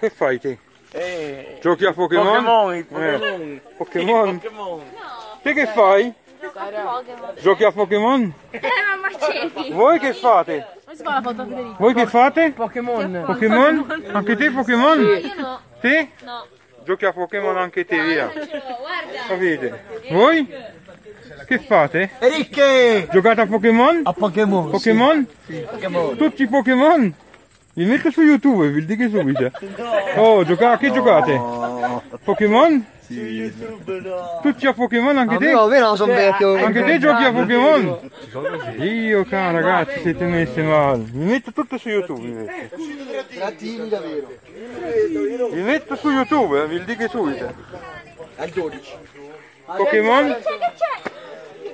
Che fai te? Eh, Giochi a Pokémon? Pokémon, i Eh, Pokémon. Pokémon? Pokémon. Te che fai? Giochi a Pokémon? Eh, mamma ciechi. Voi che fate? Voi che fate? Pokémon. Pokémon? Anche te Pokémon? Io no, Te? no. Giochi a Pokémon anche te, via. Non ce l'ho, guarda. Capite? Voi? Che fate? Ricche! Giocate a Pokémon? A Pokémon. Pokémon? Tutti i Pokémon? Li metto su YouTube, vi dico subito. Oh, gioca- a che giocate? Pokémon? Tutti a Pokémon anche te? Io almeno sono vecchio. Anche te giochi a Pokémon? Io cara ragazzi siete messi male. Vi metto tutto su YouTube. vi metto. Grattini davvero. Vi metto su YouTube, eh, vi dico subito. Al 12. Pokémon? C'è che c'è?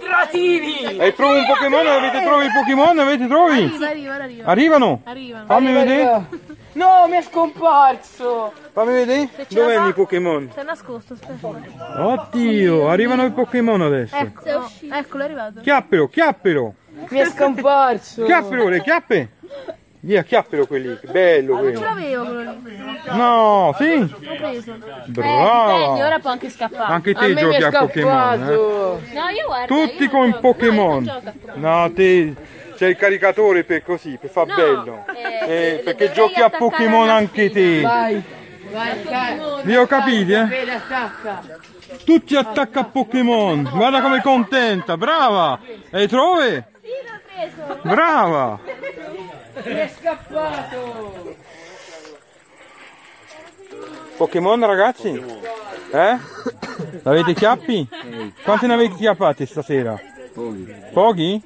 Tratini! Hai trovato un Pokémon? Avete trovato i Pokémon? Avete trovi? Arriva, ora arriva. Arrivano? Arrivano. Fammi vedere. No, mi è scomparso! Fammi vedere. Dov'è i Pokémon? Si è nascosto, aspetta. Oddio, arrivano i Pokémon Eh. adesso. Ecco, no. eccolo, è arrivato. Chiappero, chiappero. Mi è scomparso! Chiappero, le chiappe. Via, chiappero quelli. Che bello Ce quello. l'avevo quello lì, No, sì. l'ho preso. Prendi, Brava. ora può anche scappare. Anche te giochi a Pokémon. eh. No, io guardo. Tutti io con non gioco. Pokémon. No, io non gioco. No, te c'è il caricatore per così, per far bello. Eh, perché giochi a Pokémon anche te. Vi ho capiti, eh? Tutti attacca a Pokémon. Guarda come è contenta, brava. E le trove? Brava. Pokémon ragazzi? Eh? L'avete chiappi? Quanti ne avete chiappati stasera? Pochi?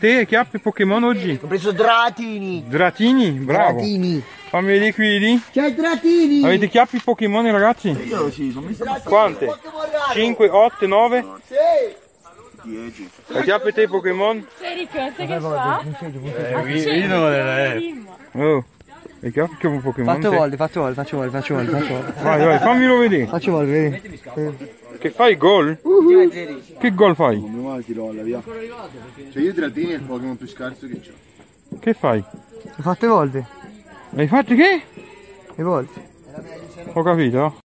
Te chiappi Pokémon oggi? Ho preso Dratini. Dratini? Bravo! Dratini. Fammi vedere qui lì. C'è Dratini. Avete chiappi Pokémon ragazzi? Io sì, Quante? 5, 8, 9? 10. La chiappe te Pokémon? Ah, Oh, le chiappe che un Pokémon? Faccio te? volte, faccio volte, faccio volte, faccio volte, faccio volte. Vai, vai, fammelo vedere. Faccio volte, vedi. Che fai gol? Uhuh. Che gol fai? Meno male ti rolla, via. Cioè io Dratini è il Pokémon più scarso che c'ho. Che fai? Fatte volte. Hai fatto che? Le volte. Ho capito.